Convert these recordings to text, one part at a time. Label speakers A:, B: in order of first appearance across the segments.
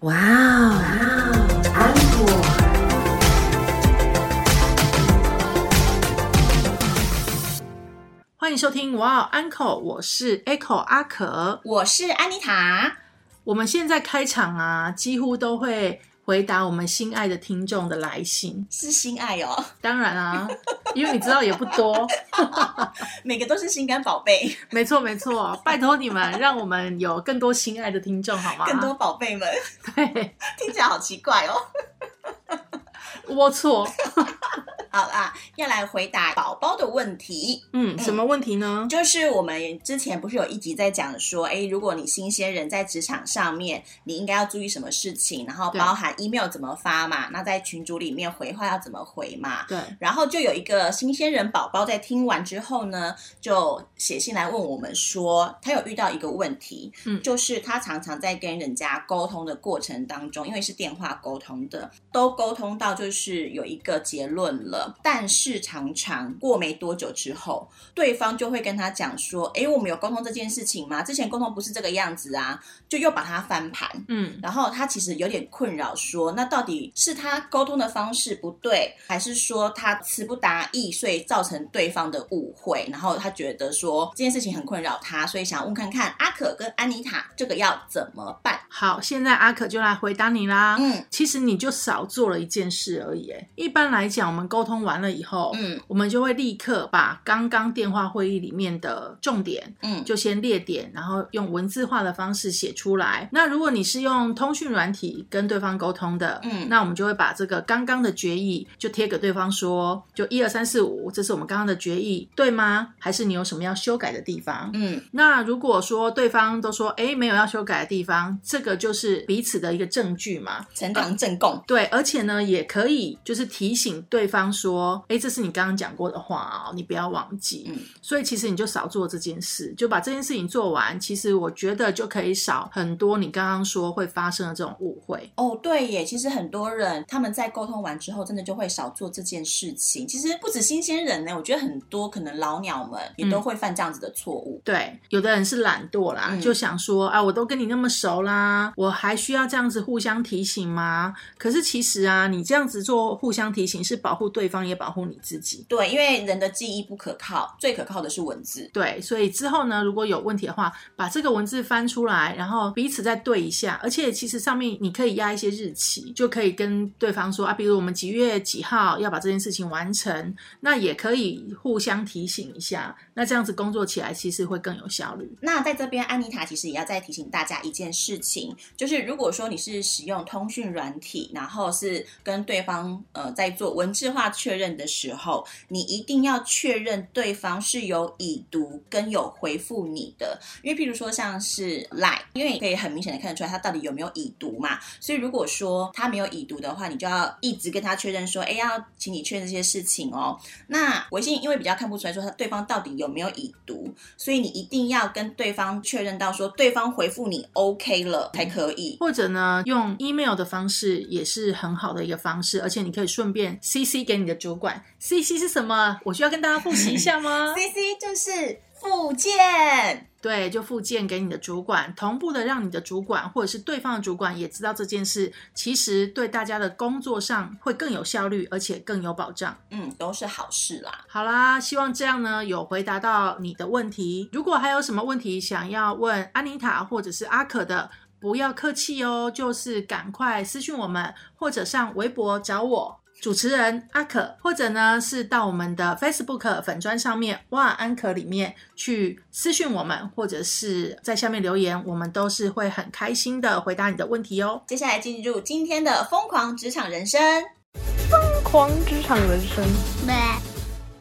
A: 哇哦，哇哦，安果。
B: 欢迎收听哇、wow, Uncle，我是 Echo 阿可，
C: 我是安妮塔。
B: 我们现在开场啊，几乎都会回答我们心爱的听众的来信。
C: 是心爱哦，
B: 当然 啊，因为你知道也不多，
C: 每个都是心肝宝贝。
B: 没错没错，拜托你们，让我们有更多心爱的听众好吗？啊
C: 更多宝贝们，
B: 对，
C: 听起来好奇怪哦。
B: 龌龊。
C: 好啦，要来回答宝宝的问题。
B: 嗯，什么问题呢？
C: 就是我们之前不是有一集在讲说，哎，如果你新鲜人在职场上面，你应该要注意什么事情，然后包含 email 怎么发嘛，那在群组里面回话要怎么回嘛。
B: 对。
C: 然后就有一个新鲜人宝宝在听完之后呢，就写信来问我们说，他有遇到一个问题，
B: 嗯，
C: 就是他常常在跟人家沟通的过程当中，因为是电话沟通的，都沟通到就是有一个结论了。但是常常过没多久之后，对方就会跟他讲说：“哎，我们有沟通这件事情吗？之前沟通不是这个样子啊！”就又把他翻盘。
B: 嗯，
C: 然后他其实有点困扰说，说那到底是他沟通的方式不对，还是说他词不达意，所以造成对方的误会？然后他觉得说这件事情很困扰他，所以想问看看阿可跟安妮塔这个要怎么办？
B: 好，现在阿可就来回答你啦。
C: 嗯，
B: 其实你就少做了一件事而已。哎，一般来讲，我们沟通完了以后，
C: 嗯，
B: 我们就会立刻把刚刚电话会议里面的重点，
C: 嗯
B: 就先列点，然后用文字化的方式写出来。那如果你是用通讯软体跟对方沟通的，
C: 嗯
B: 那我们就会把这个刚刚的决议就贴给对方说，就一二三四五，这是我们刚刚的决议，对吗？还是你有什么要修改的地方？
C: 嗯
B: 那如果说对方都说，哎，没有要修改的地方，这个就是彼此的一个证据嘛。
C: 成长正供。
B: 对，而且呢，也可以就是提醒对方说，哎，这是你刚刚讲过的话哦，你不要忘记。
C: 嗯
B: 所以其实你就少做这件事，就把这件事情做完。其实我觉得就可以少很多你刚刚说会发生的这种误会。
C: 哦，对耶，其实很多人他们在沟通完之后，真的就会少做这件事情。其实不止新鲜人呢，我觉得很多可能老鸟们也都会犯这样子的错误。
B: 对，有的人是懒惰啦，
C: 嗯
B: 就想说啊，我都跟你那么熟啦，我还需要这样子互相提醒吗？可是其实啊，你这样子做互相提醒是保护对方，也保护你自己。
C: 对，因为人的记忆不可靠，最可靠的是文字。
B: 对，所以之后呢，如果有问题的话，把这个文字翻出来，然后彼此再对一下。而且其实上面你可以压一些日期，就可以跟对方说啊，比如我们几月几号要把这件事情完成，那也可以互相提醒一下。那这样子工作起来其实会更有效率。
C: 那在这边，安妮塔其实也要再提醒大家一件事情，就是如果说你是使用通讯软体，然后是跟对方呃在做文字化确认的时候，你一定要确认对方是有已读跟有回复你的，因为譬如说像是 Line，因为你可以很明显的看得出来他到底有没有已读嘛，所以如果说他没有已读的话，你就要一直跟他确认说，哎，要请你确认这些事情哦。那微信因为比较看不出来说他对方到底有没有已读，所以你一定要跟对方确认到说对方回复你 OK 了才可以。
B: 或者呢，用 email 的方式也是很好的一个方式，而且你可以顺便 CC 给你的主管。CC 是什么？我需要跟大家复习一下 吗？
C: C C 就是附件，
B: 对，就附件给你的主管，同步的让你的主管或者是对方的主管也知道这件事，其实对大家的工作上会更有效率，而且更有保障。
C: 嗯，都是好事啦。
B: 好啦，希望这样呢有回答到你的问题。如果还有什么问题想要问安妮塔或者是阿可的，不要客气哦，就是赶快私讯我们，或者上微博找我。主持人阿可，或者呢是到我们的 Facebook 粉砖上面哇安可里面去私讯我们，或者是在下面留言，我们都是会很开心的回答你的问题哦。
C: 接下来进入今天的疯狂职场人生。
D: 狂职场人生。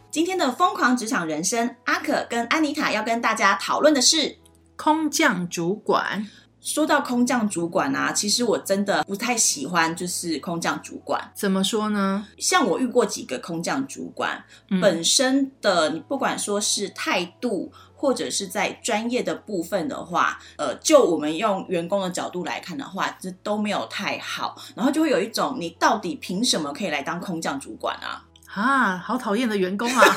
C: 今天的疯狂职场人生，阿可跟安妮塔要跟大家讨论的是。
B: 空降主管，
C: 说到空降主管啊，其实我真的不太喜欢，就是空降主管。
B: 怎么说呢？
C: 像我遇过几个空降主管，
B: 嗯
C: 本身的你不管说是态度，或者是在专业的部分的话，呃，就我们用员工的角度来看的话，这都没有太好，然后就会有一种你到底凭什么可以来当空降主管啊？
B: 啊，好讨厌的员工啊！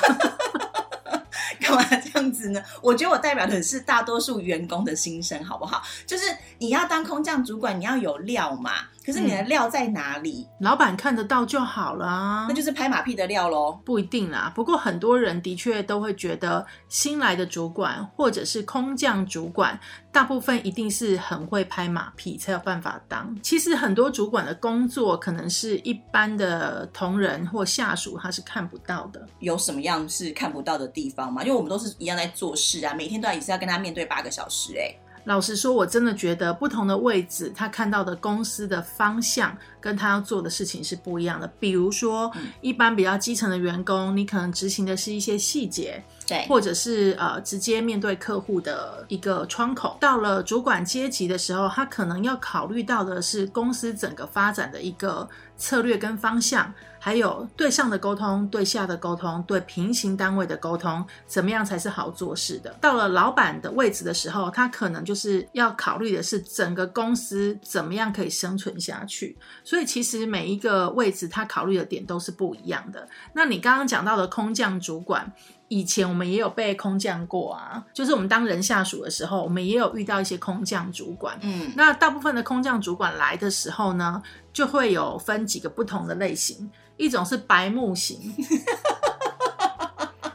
C: 干嘛这样子呢？我觉得我代表的是大多数员工的心声，好不好？就是你要当空降主管，你要有料嘛。可是你的料在哪里？
B: 老板看得到就好啦
C: 那。就是拍马屁的料喽。
B: 不一定啦，不过很多人的确都会觉得新来的主管或者是空降主管，大部分一定是很会拍马屁才有办法当。其实很多主管的工作可能是一般的同仁或下属他是看不到的。
C: 有什么样是看不到的地方吗？因为我们都是一样在做事啊，每天都要也是要跟他面对八个小时、欸，
B: 老实说，我真的觉得不同的位置，他看到的公司的方向跟他要做的事情是不一样的。比如说
C: 嗯，
B: 一般比较基层的员工，你可能执行的是一些细节，
C: 对，
B: 或者是呃直接面对客户的一个窗口。到了主管阶级的时候，他可能要考虑到的是公司整个发展的一个策略跟方向，还有对上的沟通、对下的沟通、对平行单位的沟通，怎么样才是好做事的。到了老板的位置的时候，他可能就是要考虑的是整个公司怎么样可以生存下去。所以其实每一个位置他考虑的点都是不一样的。那你刚刚讲到的空降主管，以前我们也有被空降过啊，就是我们当人下属的时候，我们也有遇到一些空降主管。
C: 嗯，
B: 那大部分的空降主管来的时候呢，就会有分几个不同的类型，一种是白目型，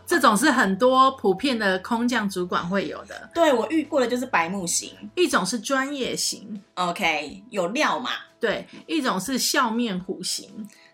B: 这种是很多普遍的空降主管会有的；
C: 对我遇过的就是白木型
B: 一种是专业型，
C: ，OK，有料嘛。
B: 对；一种是笑面虎型，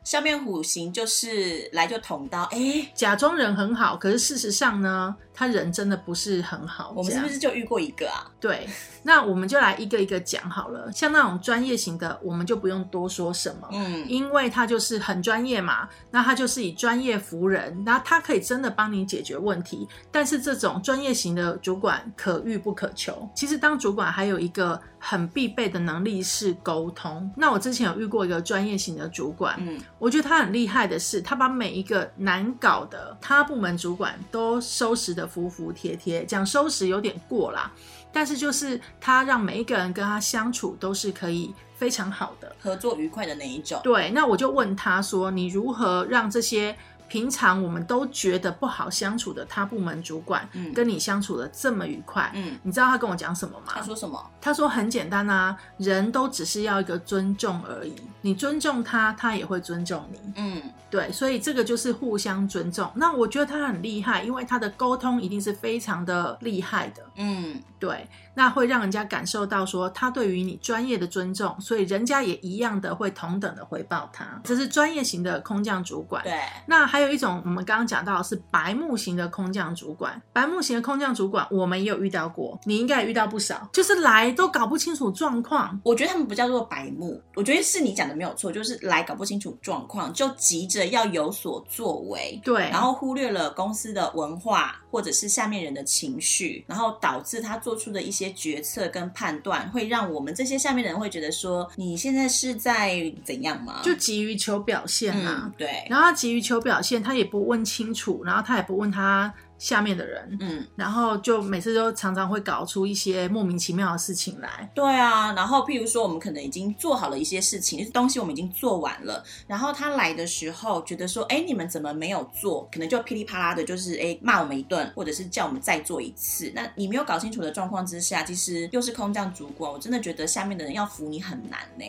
C: 笑面虎型就是来就捅刀，哎、
B: 假装人很好，可是事实上呢，他人真的不是很好。
C: 我们
B: 这
C: 是
B: 样
C: 不是就遇过一个啊？
B: 对， 那我们就来一个一个讲好了。像那种专业型的，我们就不用多说什么，
C: 嗯，
B: 因为他就是很专业嘛。那他就是以专业服人，那他可以真的帮你解决问题。但是这种专业型的主管可遇不可求。其实当主管还有一个很必备的能力是沟通。那我之前有遇过一个专业型的主管，
C: 嗯，
B: 我觉得他很厉害的是，他把每一个难搞的他部门主管都收拾的服服帖帖。讲收拾有点过啦，但是就是他让每一个人跟他相处都是可以非常好的。
C: 合作愉快的那一种。
B: 对，那我就问他说：“你如何让这些平常我们都觉得不好相处的他部门主管，
C: 嗯
B: 跟你相处的这么愉快？”
C: 嗯，
B: 你知道他跟我讲什么吗？
C: 他说什么？
B: 他说很简单啊，人都只是要一个尊重而已。你尊重他，他也会尊重你。
C: 嗯，
B: 对，所以这个就是互相尊重。那我觉得他很厉害，因为他的沟通一定是非常的厉害的。
C: 嗯，
B: 对，那会让人家感受到说他对于你专业的尊重，所以人家也一样的会同等的回报他。这是专业型的空降主管。
C: 对，
B: 那还有一种，我们刚刚讲到的是白木型的空降主管。白木型的空降主管，我们也有遇到过，你应该也遇到不少，就是来都搞不清楚状况，
C: 我觉得他们不叫做白目，我觉得是你讲的没有错，就是来搞不清楚状况，就急着要有所作为。
B: 对，
C: 然后忽略了公司的文化或者是下面人的情绪，然后导致他做出的一些决策跟判断，会让我们这些下面的人会觉得说，你现在是在怎样吗？
B: 就急于求表现啊。
C: 嗯，对，
B: 然后他急于求表现，他也不问清楚，然后他也不问他下面的人，
C: 嗯，
B: 然后就每次都常常会搞出一些莫名其妙的事情来。
C: 对啊，然后譬如说，我们可能已经做好了一些事情，就是东西我们已经做完了，然后他来的时候觉得说，哎，你们怎么没有做？可能就噼里啪啦的，就是哎骂我们一顿，或者是叫我们再做一次。那你没有搞清楚的状况之下，其实又是空降主管，我真的觉得下面的人要服你很难呢、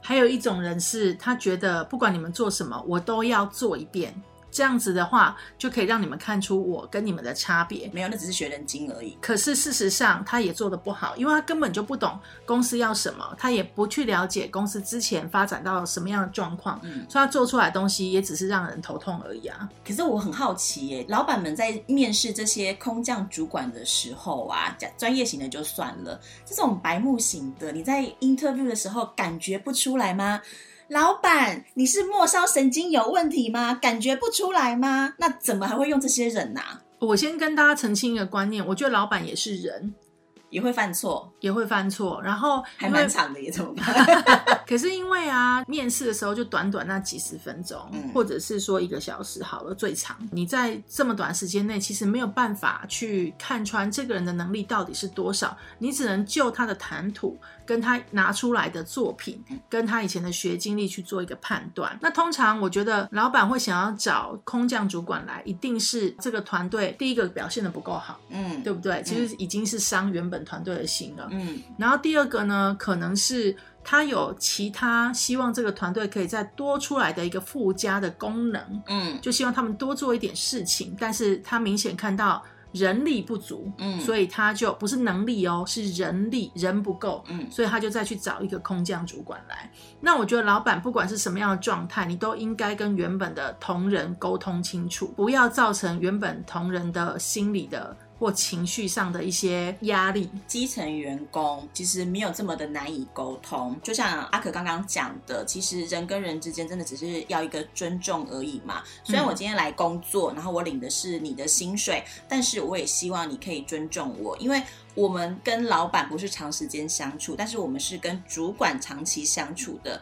B: 还有一种人是，他觉得不管你们做什么，我都要做一遍。这样子的话，就可以让你们看出我跟你们的差别。
C: 没有，那只是学人精而已。
B: 可是事实上，他也做的不好，因为他根本就不懂公司要什么，他也不去了解公司之前发展到什么样的状况，
C: 嗯，
B: 所以他做出来的东西也只是让人头痛而已啊。
C: 可是我很好奇耶、老板们在面试这些空降主管的时候啊，讲专业型的就算了，这种白目型的，你在 interview 的时候感觉不出来吗？老板，你是末梢神经有问题吗？感觉不出来吗？那怎么还会用这些人呐、啊
B: 我先跟大家澄清一个观念，我觉得老板也是人，
C: 也会犯错，
B: 也会犯错，然后
C: 还
B: 因
C: 蛮
B: 为
C: 惨的耶，怎么办？
B: 可是因为啊，面试的时候就短短那几十分钟，
C: 嗯
B: 或者是说一个小时好了，最长。你在这么短时间内，其实没有办法去看穿这个人的能力到底是多少，你只能就他的谈吐跟他拿出来的作品，
C: 嗯
B: 跟他以前的学经历去做一个判断。那通常我觉得老板会想要找空降主管来，一定是这个团队第一个表现的不够好，
C: 嗯，
B: 对不对？其实已经是伤原本团队的心了。
C: 嗯
B: 然后第二个呢，可能是他有其他希望这个团队可以再多出来的一个附加的功能，
C: 嗯
B: 就希望他们多做一点事情，但是他明显看到人力不足，
C: 嗯，
B: 所
C: 以
B: 以他就不是能力哦，是人力人不够。
C: 嗯
B: 所以他就再去找一个空降主管来。那我觉得老板不管是什么样的状态，你都应该跟原本的同仁沟通清楚，不要造成原本同仁的心理的或情绪上的一些压力。
C: 基层员工其实没有这么的难以沟通，就像阿可刚刚讲的，其实人跟人之间真的只是要一个尊重而已嘛。虽然我今天来工作，然后我领的是你的薪水，但是我也希望你可以尊重我，因为我们跟老板不是长时间相处，但是我们是跟主管长期相处的。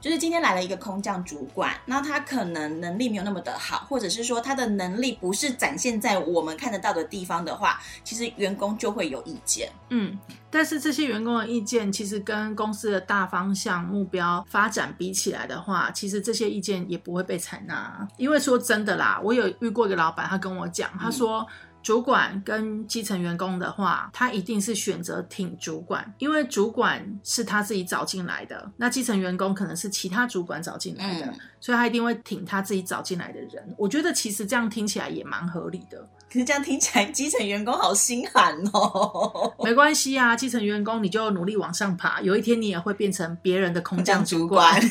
C: 就是今天来了一个空降主管，那他可能能力没有那么的好，或者是说他的能力不是展现在我们看得到的地方的话，其实员工就会有意见。
B: 嗯，但是这些员工的意见其实跟公司的大方向、目标发展比起来的话，其实这些意见也不会被采纳啊。因为说真的啦，我有遇过一个老板，他跟我讲，他说。主管跟基层员工的话，他一定是选择挺主管，因为主管是他自己找进来的，那基层员工可能是其他主管找进来的，
C: 嗯
B: 所以他一定会挺他自己找进来的人。我觉得其实这样听起来也蛮合理的。
C: 可是这样听起来，基层员工好心寒 哦。
B: 没关系啊，基层员工你就努力往上爬，有一天你也会变成别人的空降主管。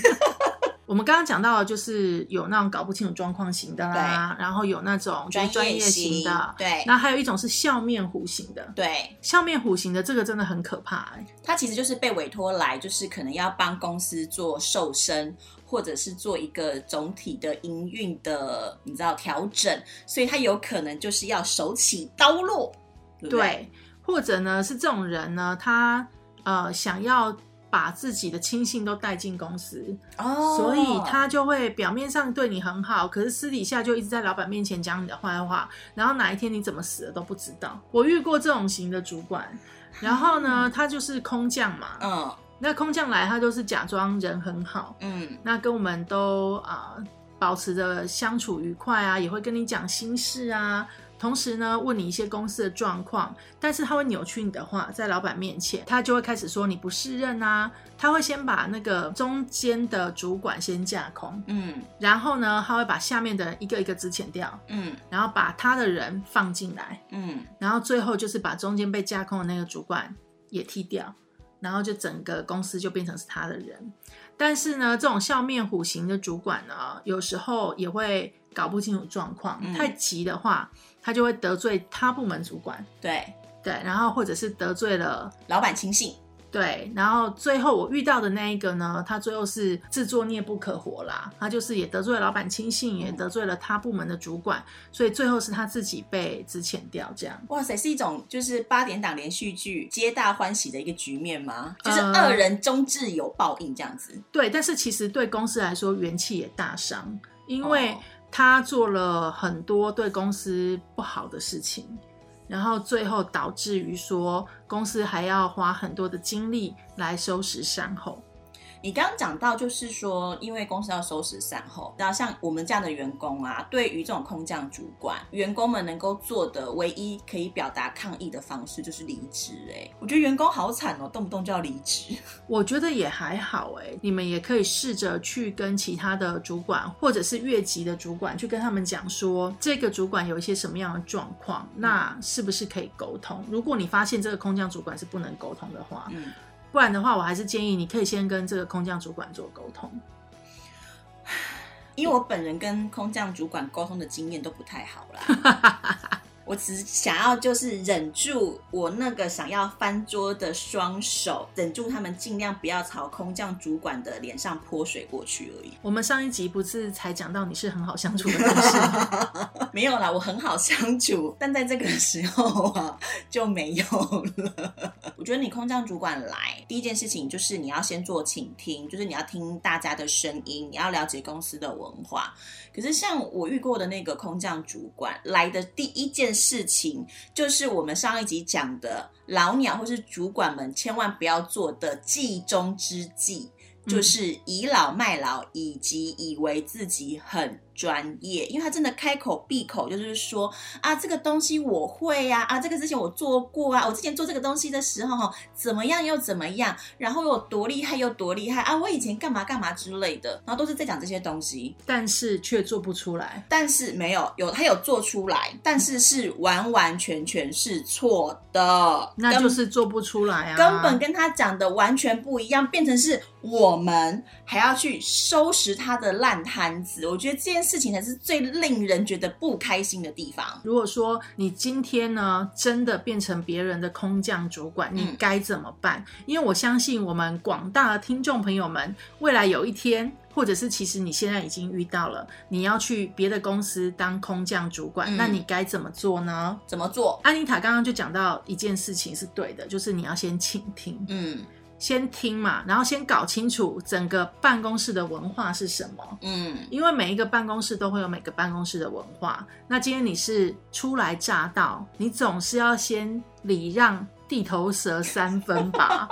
B: 我们刚刚讲到，的就是有那种搞不清楚状况型的啦，然后有那种就是专业型的，
C: 对
B: 那还有一种是笑面虎型的。
C: 对，
B: 笑面虎型的这个真的很可怕、欸，
C: 他其实就是被委托来，就是可能要帮公司做瘦身，或者是做一个总体的营运的，你知道调整，所以他有可能就是要手起刀落，对不对？
B: 对，或者呢是这种人呢，他呃想要把自己的亲信都带进公司，
C: 哦
B: 所以他就会表面上对你很好，可是私底下就一直在老板面前讲你的坏话，然后哪一天你怎么死的都不知道。我遇过这种型的主管，然后 呢，他就是空降嘛，
C: 嗯
B: 那空降来他就是假装人很好，
C: 嗯
B: 那跟我们都啊、呃保持着相处愉快啊，也会跟你讲心事啊。同时呢，问你一些公司的状况，但是他会扭曲你的话，在老板面前，他就会开始说你不适任啊。他会先把那个中间的主管先架空，
C: 嗯
B: 然后呢，他会把下面的人一个一个支遣掉，
C: 嗯
B: 然后把他的人放进来，
C: 嗯，
B: 然后最后就是把中间被架空的那个主管也踢掉，然后就整个公司就变成是他的人。但是呢，这种笑面虎型的主管呢，有时候也会搞不清楚状况，
C: 嗯
B: 太急的话，他就会得罪他部门主管，
C: 对，
B: 对，然后或者是得罪了。
C: 老板亲信，
B: 对，然后最后我遇到的那一个呢，他最后是自作孽不可活啦，他就是也得罪了老板亲信，也得罪了他部门的主管，所以最后是他自己被支遣掉这样。
C: 哇塞，是一种就是八点档连续剧皆大欢喜的一个局面吗？就是
B: 呃
C: 恶人终至有报应这样子。
B: 对，但是其实对公司来说元气也大伤，因为
C: 哦
B: 他做了很多对公司不好的事情，然后最后导致于说公司还要花很多的精力来收拾善后。
C: 你刚刚讲到，就是说，因为公司要收拾善后，然后像我们这样的员工啊，对于这种空降主管，员工们能够做的唯一可以表达抗议的方式就是离职、哎，我觉得员工好惨哦，动不动就要离职。
B: 我觉得也还好哎、你们也可以试着去跟其他的主管或者是越级的主管去跟他们讲说，这个主管有一些什么样的状况，那是不是可以沟通？如果你发现这个空降主管是不能沟通的话，
C: 嗯，
B: 不然的话，我还是建议你可以先跟这个空降主管做沟通。
C: 因为我本人跟空降主管沟通的经验都不太好啦。我只是想要就是忍住我那个想要翻桌的双手，忍住他们尽量不要朝空降主管的脸上泼水过去而已。
B: 我们上一集不是才讲到你是很好相处的同事 吗？
C: 没有啦，我很好相处，但在这个时候啊就没有了。我觉得你空降主管来，第一件事情就是你要先做倾听，就是你要听大家的声音，你要了解公司的文化。可是像我遇过的那个空降主管来的第一件事情，就是我们上一集讲的老鸟或是主管们千万不要做的计中之计。就是倚老卖老，以及以为自己很专业，因为他真的开口闭口就是说啊，这个东西我会呀、啊，这个之前我做过啊，我之前做这个东西的时候怎么样又怎么样，然后有多厉害又多厉害啊，我以前干嘛干嘛之类的，然后都是在讲这些东西，
B: 但是却做不出来。
C: 但是没有有他有做出来，但是是完完全全是错的，
B: 那就是做不出来啊，
C: 根本跟他讲的完全不一样，变成是我们还要去收拾他的烂摊子。我觉得这件事情才是最令人觉得不开心的地方。
B: 如果说你今天呢真的变成别人的空降主管，
C: 嗯
B: 你该怎么办？因为我相信我们广大的听众朋友们，未来有一天，或者是其实你现在已经遇到了，你要去别的公司当空降主管，
C: 嗯
B: 那你该怎么做呢？
C: 怎么做？
B: 安妮塔刚刚就讲到一件事情是对的，就是你要先倾听，
C: 嗯
B: 先听嘛，然后先搞清楚整个办公室的文化是什么。
C: 嗯
B: 因为每一个办公室都会有每个办公室的文化。那今天你是初来乍到，你总是要先礼让地头蛇三分吧？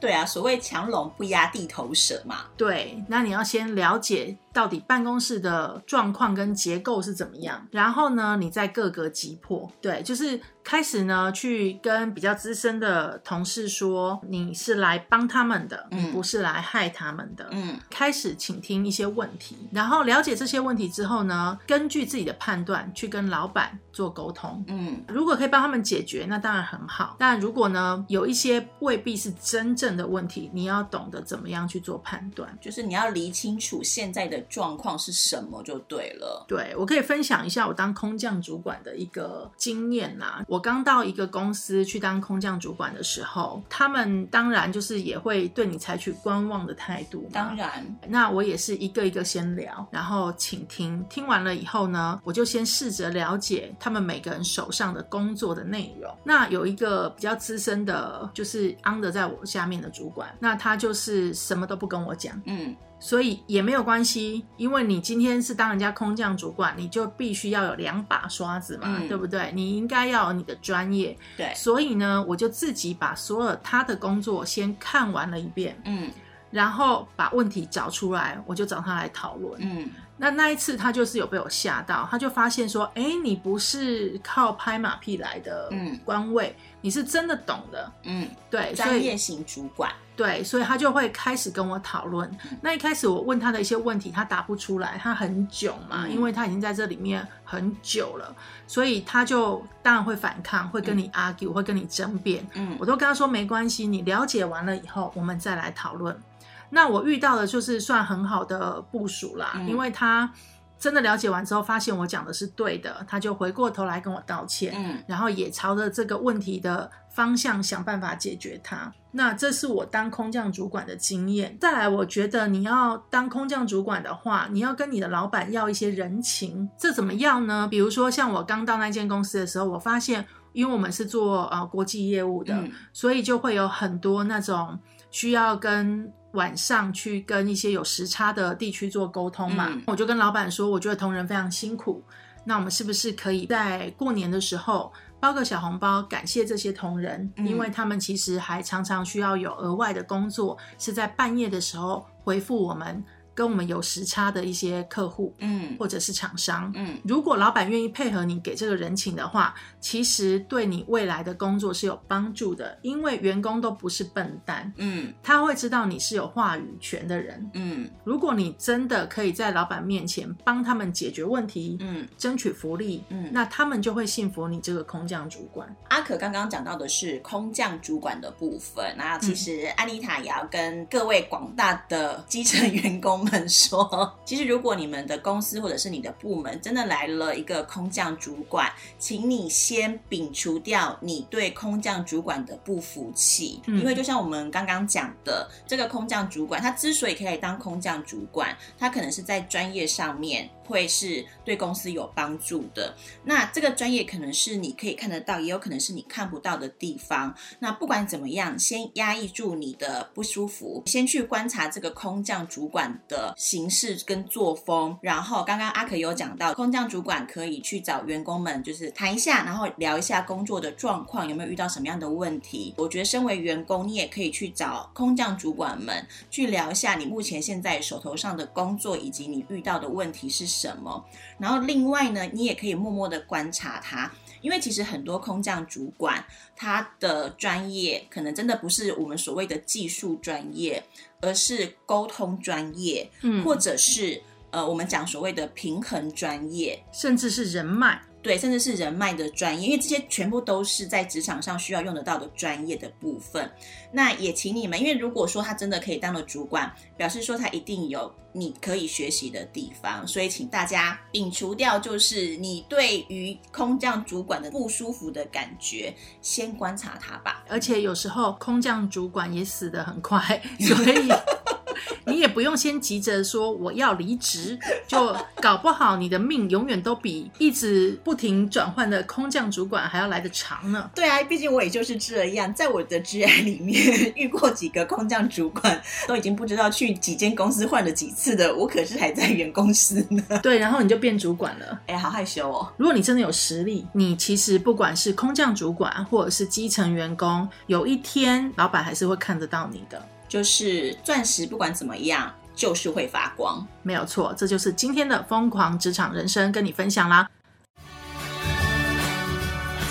C: 对啊，所谓强龙不压地头蛇嘛。
B: 对，那你要先了解到底办公室的状况跟结构是怎么样，然后呢，你再各个击破。对，就是开始呢去跟比较资深的同事说，你是来帮他们的，
C: 嗯
B: 你不是来害他们的。
C: 嗯
B: 开始倾听一些问题，然后了解这些问题之后呢，根据自己的判断去跟老板做沟通。
C: 嗯
B: 如果可以帮他们解决，那当然很好。但如果呢，有一些未必是真正的问题，你要懂得怎么样去做判断。
C: 就是你要理清楚现在的状况是什么就对了。
B: 对我可以分享一下我当空降主管的一个经验啦。我刚到一个公司去当空降主管的时候，他们当然就是也会对你采取观望的态度嘛，
C: 当然，
B: 那我也是一个一个先聊，然后请听，听完了以后呢，我就先试着了解他们每个人手上的工作的内容。那有一个比较资深的，就是安德在我下面的主管，那他就是什么都不跟我讲，
C: 嗯
B: 所以也没有关系，因为你今天是当人家空降主管，你就必须要有两把刷子嘛，
C: 嗯
B: 对不对？你应该要有你的专业，
C: 对，
B: 所以呢，我就自己把所有他的工作先看完了一遍。
C: 嗯
B: 然后把问题找出来，我就找他来讨论。
C: 嗯
B: 那那一次他就是有被我吓到，他就发现说：“哎，你不是靠拍马屁来的
C: 嗯
B: 官位，你是真的懂的。
C: 嗯，”
B: 对，所
C: 专业
B: 以
C: 型主管。
B: 对，所以他就会开始跟我讨论。
C: 嗯
B: 那一开始我问他的一些问题，他答不出来，他很囧嘛，
C: 嗯
B: 因为他已经在这里面很久了，所以他就当然会反抗，会跟你 argue，、会跟你争辩。
C: 嗯
B: 我都跟他说没关系，你了解完了以后，我们再来讨论。那我遇到的就是算很好的部署啦，
C: 嗯
B: 因为他真的了解完之后，发现我讲的是对的，他就回过头来跟我道歉，
C: 嗯
B: 然后也朝着这个问题的方向想办法解决它。那这是我当空降主管的经验。再来，我觉得你要当空降主管的话，你要跟你的老板要一些人情，这怎么要呢？比如说，像我刚到那间公司的时候，我发现，因为我们是做呃国际业务的，
C: 嗯
B: 所以就会有很多那种需要跟晚上去跟一些有时差的地区做沟通嘛。
C: 嗯
B: 我就跟老板说，我觉得同仁非常辛苦，那我们是不是可以在过年的时候包个小红包，感谢这些同仁，
C: 嗯
B: 因为他们其实还常常需要有额外的工作，是在半夜的时候回复我们跟我们有时差的一些客户
C: 嗯
B: 或者是厂商。
C: 嗯
B: 如果老板愿意配合你给这个人情的话，其实对你未来的工作是有帮助的，因为员工都不是笨蛋，
C: 嗯
B: 他会知道你是有话语权的人。
C: 嗯
B: 如果你真的可以在老板面前帮他们解决问题，
C: 嗯
B: 争取福利，
C: 嗯。
B: 那他们就会信服你这个空降主管。
C: 阿可刚刚讲到的是空降主管的部分，那其实安妮塔也要跟各位广大的基层员工们说， 其实如果你们的公司或者是你的部门真的来了一个空降主管，请你先摒除掉你对空降主管的不服气，
B: 嗯
C: 因为就像我们刚刚讲的，这个空降主管他之所以可以当空降主管，他可能是在专业上面会是对公司有帮助的。那这个专业可能是你可以看得到，也有可能是你看不到的地方。那不管怎么样，先压抑住你的不舒服，先去观察这个空降主管的形式跟作风。然后刚刚阿可有讲到，空降主管可以去找员工们就是谈一下，然后聊一下工作的状况，有没有遇到什么样的问题。我觉得身为员工，你也可以去找空降主管们去聊一下你目前现在手头上的工作以及你遇到的问题是什么。然后另外呢，你也可以默默的观察他。因为其实很多空降主管，他的专业可能真的不是我们所谓的技术专业，而是沟通专业，
B: 嗯，
C: 或者是呃我们讲所谓的平衡专业，
B: 甚至是人脉，
C: 对，甚至是人脉的专业，因为这些全部都是在职场上需要用得到的专业的部分。那也请你们，因为如果说他真的可以当了主管，表示说他一定有你可以学习的地方，所以请大家摒除掉就是你对于空降主管的不舒服的感觉，先观察他吧。
B: 而且有时候空降主管也死得很快，所以你也不用先急着说我要离职，就搞不好你的命永远都比一直不停转换的空降主管还要来得长呢。
C: 对啊，毕竟我也就是这样，在我的职涯里面 遇过几个空降主管，都已经不知道去几间公司换了几次的，我可是还在原公司呢。
B: 对，然后你就变主管了。
C: 哎、好害羞哦。
B: 如果你真的有实力，你其实不管是空降主管或者是基层员工，有一天老板还是会看得到你的。
C: 就是钻石不管怎么样，就是会发光。
B: 没有错，这就是今天的疯狂职场人生跟你分享啦。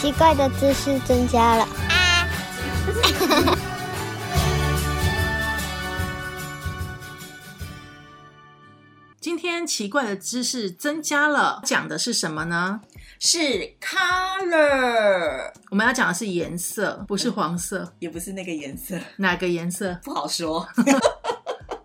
E: 奇怪的知识增加了。
B: 今天奇怪的知识增加了，讲的是什么呢？
C: 是 color，
B: 我们要讲的是颜色，不是黄色，
C: 也不是那个颜色，
B: 哪个颜色？
C: 不好说。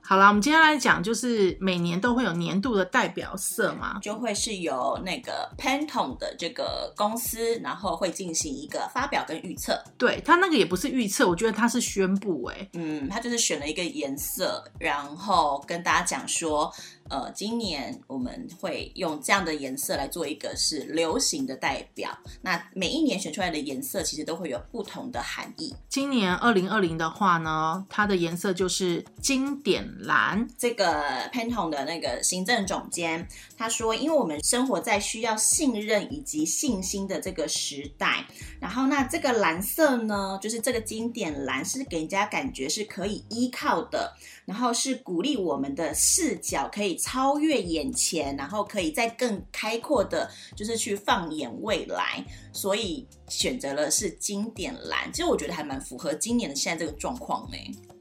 B: 好啦，我们今天来讲，就是每年都会有年度的代表色嘛。
C: 就会是由那个 Pantone 的这个公司，然后会进行一个发表跟预测。
B: 对，它那个也不是预测，我觉得它是宣布、欸，
C: 嗯，他就是选了一个颜色，然后跟大家讲说，呃，今年我们会用这样的颜色来做一个是流行的代表。那每一年选出来的颜色其实都会有不同的含义。
B: 今年二零二零的话呢，它的颜色就是经典蓝。
C: 这个 Pantone 的那个行政总监，他说，因为我们生活在需要信任以及信心的这个时代，然后那这个蓝色呢，就是这个经典蓝，是给人家感觉是可以依靠的，然后是鼓励我们的视角可以超越眼前，然后可以再更开阔的，就是去放眼未来，所以选择了是经典蓝。其实我觉得还蛮符合今年的现在这个状况呢、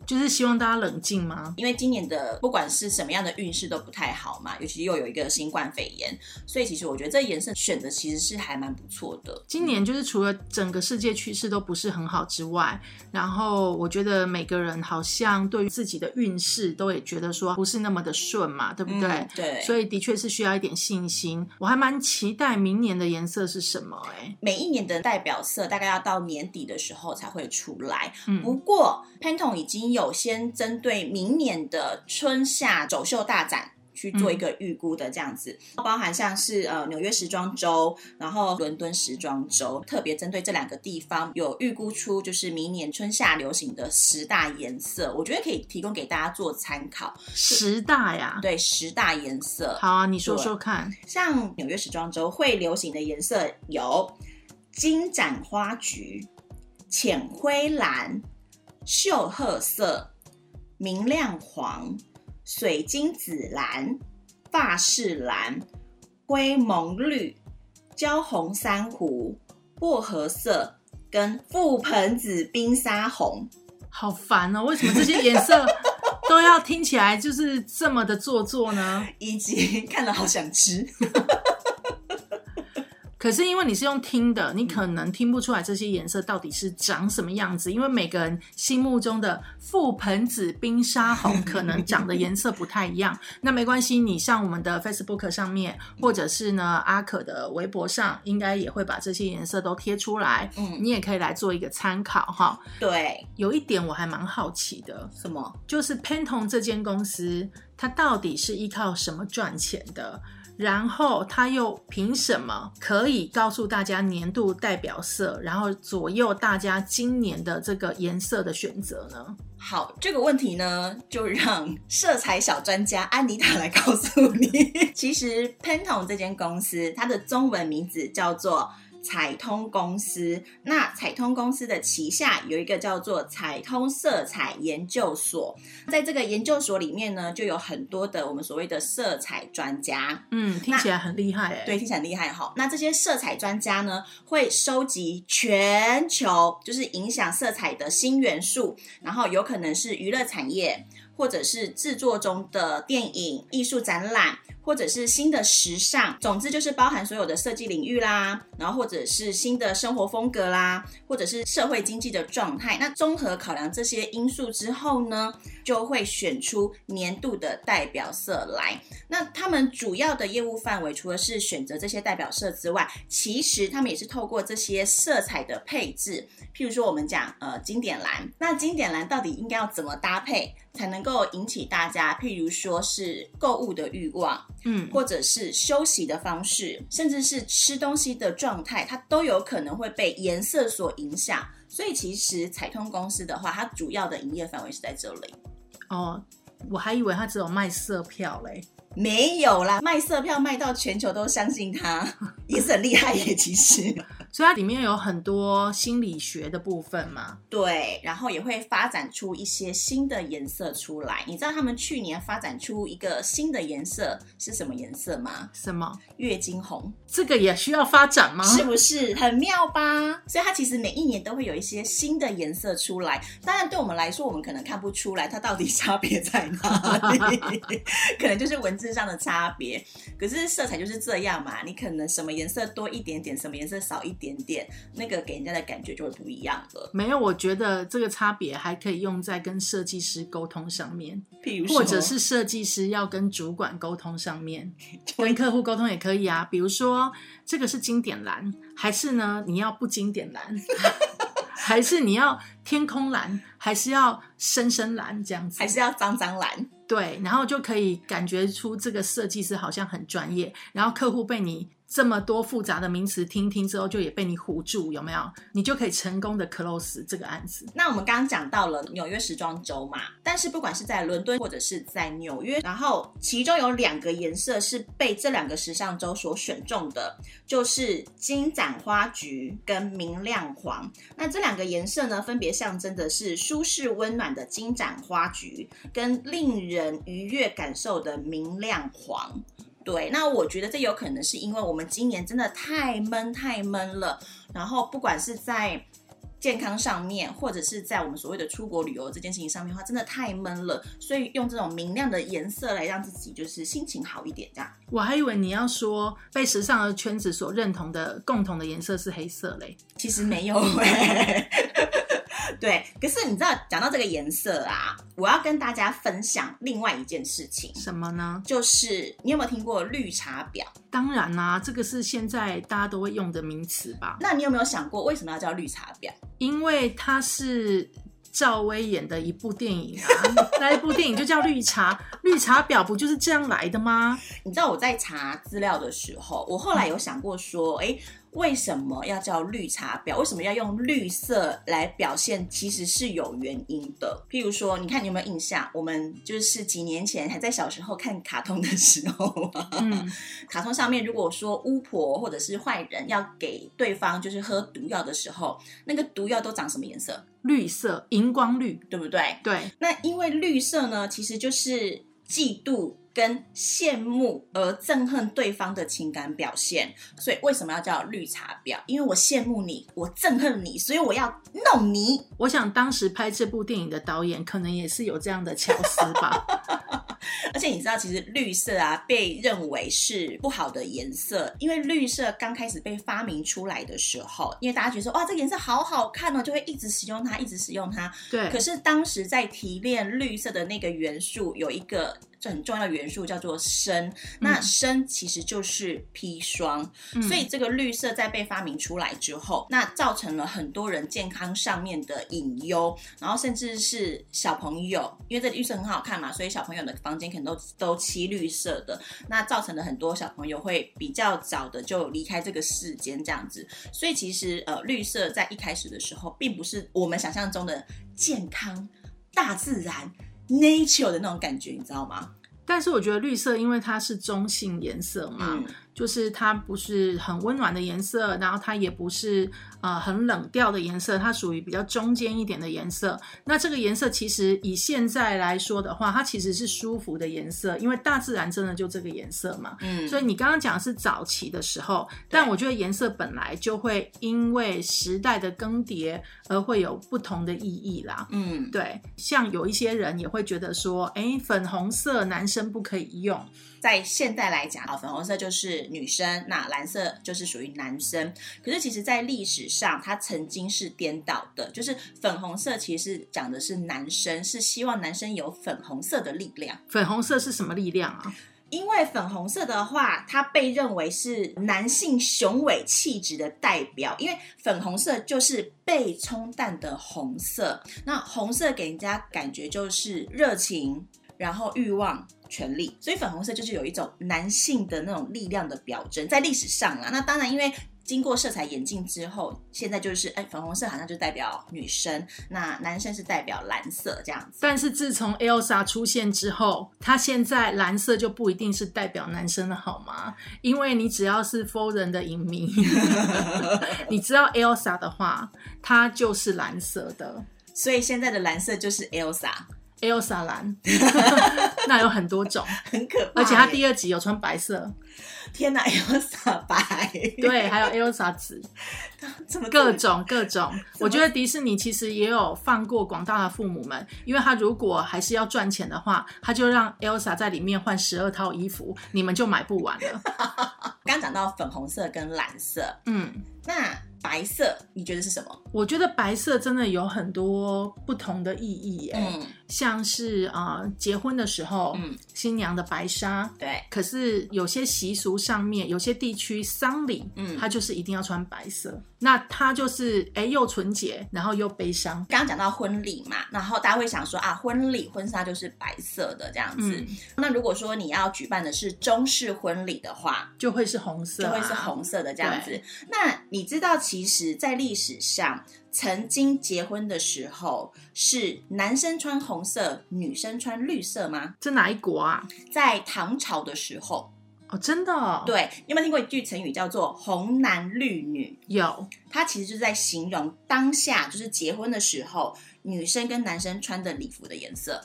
B: 就是希望大家冷静吗？
C: 因为今年的不管是什么样的运势都不太好嘛，尤其又有一个新冠肺炎，所以其实我觉得这颜色选的其实是还蛮不错的。
B: 今年就是除了整个世界趋势都不是很好之外，然后我觉得每个人好像对于自己的运势都也觉得说不是那么的顺嘛，对不对？
C: 嗯对，
B: 所
C: 以
B: 以的确是需要一点信心。我还蛮期待明年的颜色是什么、哎，
C: 每一年的代表色大概要到年底的时候才会出来。不
B: 嗯，
C: 过 Pantone 已经有先针对明年的春夏走秀大展。去做一个预估的这样子，包含像是呃纽约时装周，然后伦敦时装周，特别针对这两个地方有预估出就是明年春夏流行的十大颜色，我觉得可以提供给大家做参考。
B: 十大呀，
C: 对，十大颜色，
B: 好啊，你说说看，
C: 像纽约时装周会流行的颜色有金盏花橘、浅灰蓝、锈褐色、明亮黄、水晶紫蓝、法式蓝、灰蒙绿、焦红珊瑚、薄荷色跟覆盆子冰沙红。
B: 好烦哦，为什么这些颜色都要听起来就是这 么的做作呢？
C: 以及看了好想吃，
B: 可是因为你是用听的，你可能听不出来这些颜色到底是长什么样子，因为每个人心目中的覆盆子冰沙红可能长的颜色不太一样。那没关系，你上我们的 Facebook 上面，或者是呢阿可的微博上，应该也会把这些颜色都贴出来，
C: 嗯，
B: 你也可以来做一个参考哈。
C: 对，
B: 有一点我还蛮好奇的，
C: 什么？
B: 就是 Pantone 这间公司，它到底是依靠什么赚钱的？然后它又凭什么可以告诉大家年度代表色，然后左右大家今年的这个颜色的选择呢？
C: 好，这个问题呢，就让色彩小专家安妮塔来告诉你。其实 Pantone 这间公司，它的中文名字叫做。彩通公司，那彩通公司的旗下有一个叫做彩通色彩研究所，在这个研究所里面呢，就有很多的我们所谓的色彩专家，
B: 嗯，听起来很厉害哎、
C: 对，，听起来很厉害哈。那这些色彩专家呢，会收集全球就是影响色彩的新元素，然后有可能是娱乐产业，或者是制作中的电影、艺术展览，或者是新的时尚。总之就是包含所有的设计领域啦，然后或者是新的生活风格啦，或者是社会经济的状态。那综合考量这些因素之后呢，就会选出年度的代表色来。那他们主要的业务范围，除了是选择这些代表色之外，其实他们也是透过这些色彩的配置，譬如说我们讲呃经典蓝，那经典蓝到底应该要怎么搭配才能够引起大家，譬如说是购物的欲望，
B: 嗯，
C: 或者是休息的方式，甚至是吃东西的状态，它都有可能会被颜色所影响。所以其实彩通公司的话，它主要的营业范围是在这里。
B: 哦，我还以为它只有卖色票嘞，
C: 没有啦，卖色票卖到全球都相信他，也是很厉害耶。其实，
B: 所以它里面有很多心理学的部分嘛。
C: 对，然后也会发展出一些新的颜色出来。你知道他们去年发展出一个新的颜色是什么颜色吗？
B: 什么？
C: 月经红，
B: 这个也需要发展吗？
C: 是不是很妙吧？所以它其实每一年都会有一些新的颜色出来。当然，对我们来说，我们可能看不出来它到底差别在哪里， 可能就是文字上的差别。可是色彩就是这样嘛，你可能什么颜色多一点点，什么颜色少一点点，那个给人家的感觉就会不一样了。
B: 没有，我觉得这个差别还可以用在跟设计师沟通上面，
C: 譬如说，
B: 或者是设计师要跟主管沟通上 面，跟客户沟通也可以啊。比如说，这个是经典蓝，还是呢你要不经典 蓝，还是你要天空蓝，还是要深深蓝这样子？
C: 还是要脏脏蓝。
B: 对，然后就可以感觉出这个设计师好像很专业，然后客户被你这么多复杂的名词听听之后，就也被你唬住，有没有？你就可以成功的 close 这个案子。
C: 那我们刚刚讲到了纽约时装周嘛，但是不管是在伦敦或者是在纽约，然后其中有两个颜色是被这两个时尚周所选中的，就是金盏花橘跟明亮黄。那这两个颜色呢，分别象征的是舒适温暖的金盏花橘跟令人愉悦感受的明亮黄。对，那我觉得这有可能是因为我们今年真的太闷太闷了，然后不管是在健康上面，或者是在我们所谓的出国旅游这件事情上面的话，真的太闷了，所以用这种明亮的颜色来让自己就是心情好一点，这样。
B: 我还以为你要说被时尚的圈子所认同的共同的颜色是黑色嘞，
C: 其实没有哎、 对，可是你知道，讲到这个颜色啊，我要跟大家分享另外一件事情，
B: 什么呢？
C: 就是你有没有听过绿茶婊？
B: 当然啦、这个是现在大家都会用的名词吧，
C: 那你有没有想过为什么要叫绿茶婊？
B: 因为它是赵薇演的一部电 影啊，那一部电影就叫《绿茶》，绿茶婊不就是这样来的吗？
C: 你知道我在查资料的时候，我后来有想过说，诶，为什么要叫绿茶婊？为什么要用绿色来表现？其实是有原因的。譬如说，你看你有没有印象？我们就是几年前还在小时候看卡通的时候啊，
B: 嗯，
C: 卡通上面如果说巫婆或者是坏人要给对方就是喝毒药的时候，那个毒药都长什么颜色？
B: 绿色，荧光绿，
C: 对不对？
B: 对，
C: 那因为绿色呢，其实就是嫉妒跟羡慕而憎恨对方的情感表现，所以为什么要叫绿茶婊？因为我羡慕你，我憎恨你，所以我要弄你。
B: 我想当时拍这部电影的导演可能也是有这样的巧思吧，
C: 而且你知道，其实绿色啊被认为是不好的颜色，因为绿色刚开始被发明出来的时候，因为大家觉得说哇这个颜色好好看哦，就会一直使用它，一直使用它。
B: 对，
C: 可是当时在提炼绿色的那个元素有一个。这很重要的元素叫做砷，那砷其实就是砒霜，
B: 嗯
C: 所以这个绿色在被发明出来之后，那造成了很多人健康上面的隐忧，然后甚至是小朋友，因为这绿色很好看嘛，所以小朋友的房间可能都都漆绿色的，那造成了很多小朋友会比较早的就离开这个世间这样子，所以其实呃，绿色在一开始的时候，并不是我们想象中的健康、大自然、nature 的那种感觉，你知道吗？
B: 但是我觉得绿色，因为它是中性颜色嘛，
C: 嗯，
B: 就是它不是很温暖的颜色，然后它也不是呃很冷调的颜色，它属于比较中间一点的颜色。那这个颜色其实以现在来说的话，它其实是舒服的颜色，因为大自然真的就这个颜色嘛。
C: 嗯
B: 所以你刚刚讲的是早期的时候，但我觉得颜色本来就会因为时代的更迭而会有不同的意义啦。
C: 嗯，
B: 对，像有一些人也会觉得说，哎，粉红色男生不可以用，
C: 在现代来讲啊，粉红色就是女生，那蓝色就是属于男生。可是其实，在历史上，它曾经是颠倒的，就是粉红色其实是讲的是男生，是希望男生有粉红色的力量。
B: 粉红色是什么力量啊？
C: 因为粉红色的话，它被认为是男性雄伟气质的代表，因为粉红色就是被冲淡的红色。那红色给人家感觉就是热情，然后欲望。权力，所以粉红色就是有一种男性的那种力量的表征，在历史上啦。那当然，因为经过色彩演进之后，现在就是哎，粉红色好像就代表女生，那男生是代表蓝色这样子。
B: 但是自从 Elsa 出现之后，它现在蓝色就不一定是代表男生了，好吗？因为你只要是 f o r e i g n 的影迷， 你知道 Elsa 的话，它就是蓝色的
C: 所以现在的蓝色就是 Elsa，
B: Elsa 蓝， 那有很多种，
C: 很可怕耶。
B: 而且它第二集有穿白色，
C: 天哪，有傻白，
B: 对，还有 Elsa 紫，
C: 怎么这么
B: 各种各种。我觉得迪士尼其实也有放过广大的父母们，因为他如果还是要赚钱的话，他就让 Elsa 在里面换十二套衣服，你们就买不完了。
C: 刚讲到粉红色跟蓝色，
B: 嗯。
C: 那白色你觉得是什么？
B: 我觉得白色真的有很多不同的意义耶，
C: 嗯，
B: 像是啊、呃结婚的时候，
C: 嗯
B: 新娘的白纱。
C: 对，
B: 可是有些习俗上面，有些地区丧礼，
C: 嗯
B: 它就是一定要穿白色。那它就是哎、又纯洁，然后又悲伤。
C: 刚刚讲到婚礼嘛，然后大家会想说啊，婚礼婚纱就是白色的这样子。
B: 嗯，
C: 那如果说你要举办的是中式婚礼的话，
B: 就会是红色、啊
C: 就会是。红色的这样子。那你知道，其实，在历史上，曾经结婚的时候是男生穿红色，女生穿绿色吗？
B: 这哪一国啊？
C: 在唐朝的时候，
B: 哦，真的、哦，，
C: 对，你有没有听过一句成语叫做“红男绿女
B: 有”？
C: 它其实就是在形容当下，就是结婚的时候，女生跟男生穿的礼服的颜色。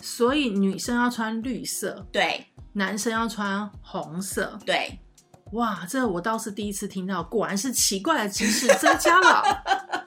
B: 所以女生要穿绿色，
C: 对
B: 男生要穿红色。
C: 对，
B: 哇，这我倒是第一次听到，果然是奇怪的知识增加了。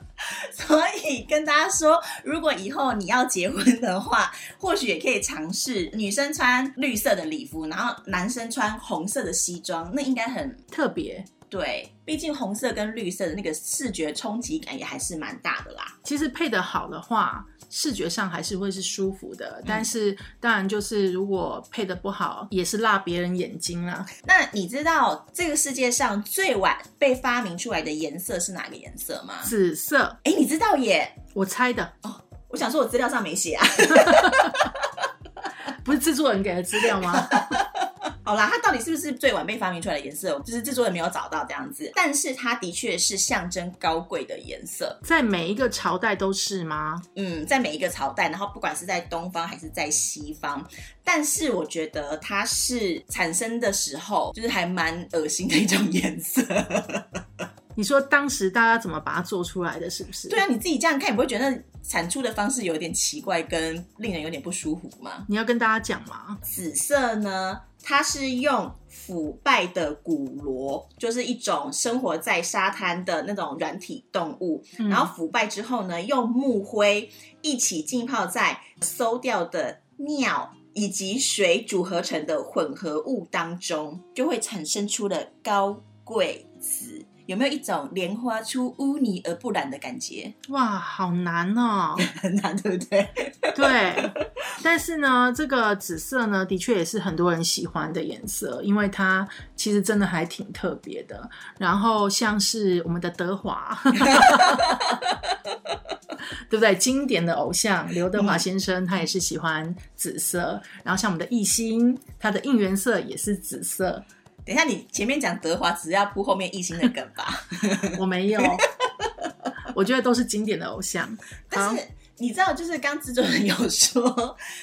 C: 所以跟大家说，如果以后你要结婚的话，或许也可以尝试女生穿绿色的礼服，然后男生穿红色的西装，那应该很
B: 特别。
C: 对。毕竟红色跟绿色的那个视觉冲击感也还是蛮大的啦。
B: 其实配得好的话，视觉上还是会是舒服
C: 嗯
B: 的，但是当然就是如果配得不好，也是辣别人眼睛啦。
C: 那你知道这个世界上最晚被发明出来的颜色是哪个颜色吗？
B: 紫色，
C: 哎，你知道耶？
B: 我猜的，
C: 我想说，我资料上没写啊。
B: 不是制作人给的资料吗？
C: 好啦，它到底是不是最晚被发明出来的颜色，就是制作人没有找到这样子。但是它的确是象征高贵的颜色。
B: 在每一个朝代都是吗？
C: 嗯，在每一个朝代，然后不管是在东方还是在西方，但是我觉得它是产生的时候，就是还蛮恶心的一种颜色。
B: 你说当时大家怎么把它做出来的，是不是？
C: 对啊，你自己这样看，你不会觉得产出的方式有点奇怪，跟令人有点不舒服吗？
B: 你要跟大家讲吗？
C: 紫色呢，它是用腐败的古螺，就是一种生活在沙滩的那种软体动物，
B: 嗯
C: 然后腐败之后呢，用木灰一起浸泡在馊掉的尿。以及水组合成的混合物当中，就会产生出了高贵子。有没有一种莲花出污泥而不染的感觉？
B: 嗯哇，好难哦。
C: 很难，对不对？
B: 对，但是呢，这个紫色呢，的确也是很多人喜欢的颜色，因为它其实真的还挺特别的。然后像是我们的德华， 对不对？经典的偶像刘德华先生，他也是喜欢紫色。然后像我们的艺兴，他的应援色也是紫色。
C: 等一下，你前面讲德华，只是要铺后面一心的梗吧？
B: 我没 有，我觉得都是经典的偶像。
C: 但
B: 好
C: 是。你知道，就是刚制作人有说，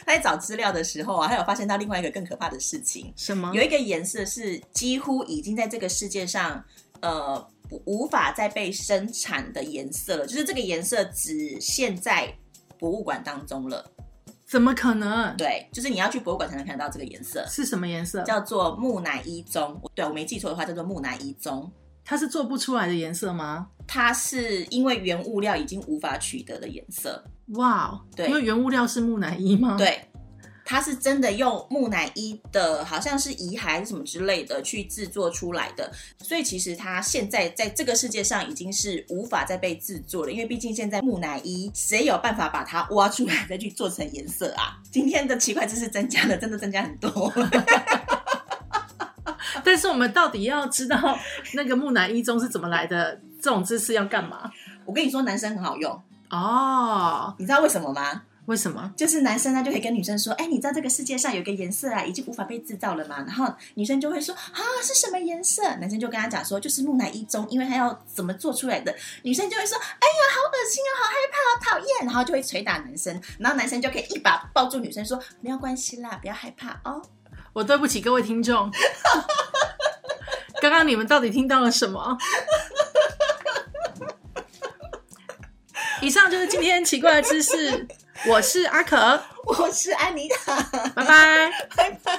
C: 他在找资料的时候啊，他有发现到另外一个更可怕的事情，
B: 什么
C: 有？一个颜色是几乎已经在这个世界上，呃，不无法再被生产的颜色了，就是这个颜色只限在博物馆当中了。
B: 怎么可能？
C: 对，就是你要去博物馆才能看得到这个颜色，
B: 是什么颜色？
C: 叫做木乃伊棕。对我没记错的话，叫做木乃伊棕。
B: 它是做不出来的颜色吗？
C: 它是因为原物料已经无法取得的颜色，
B: 哇、哦，
C: 对
B: 因为原物料是木乃伊吗？，
C: 对，它是真的用木乃伊的，好像是遗骸什么之类的去制作出来的，所以其实它现在在这个世界上已经是无法再被制作了，因为毕竟现在木乃伊谁有办法把它挖出来再去做成颜色啊？ 今天的奇怪知识增加了，真的增加很多。
B: 但是我们到底要知道那个木乃伊中是怎么来的，这种知识要干嘛？
C: 我跟你说，男生很好用，
B: 哦，
C: 你知道为什么吗？
B: 为什么？
C: 就是男生呢就可以跟女生说，哎、你知道这个世界上有一个颜色啊，已经无法被制造了嘛？然后女生就会说啊，是什么颜色？男生就跟他讲说，就是木乃伊棕，因为它要怎么做出来的。女生就会说，哎呀，好恶心啊，好害怕，好讨厌，然后就会捶打男生，然后男生就可以一把抱住女生说，没有关系啦，不要害怕哦。
B: 我对不起各位听众， 刚刚你们到底听到了什么？以上就是今天奇怪的知识，我是阿可，
C: 我是安妮塔，
B: 拜拜。
C: 拜拜。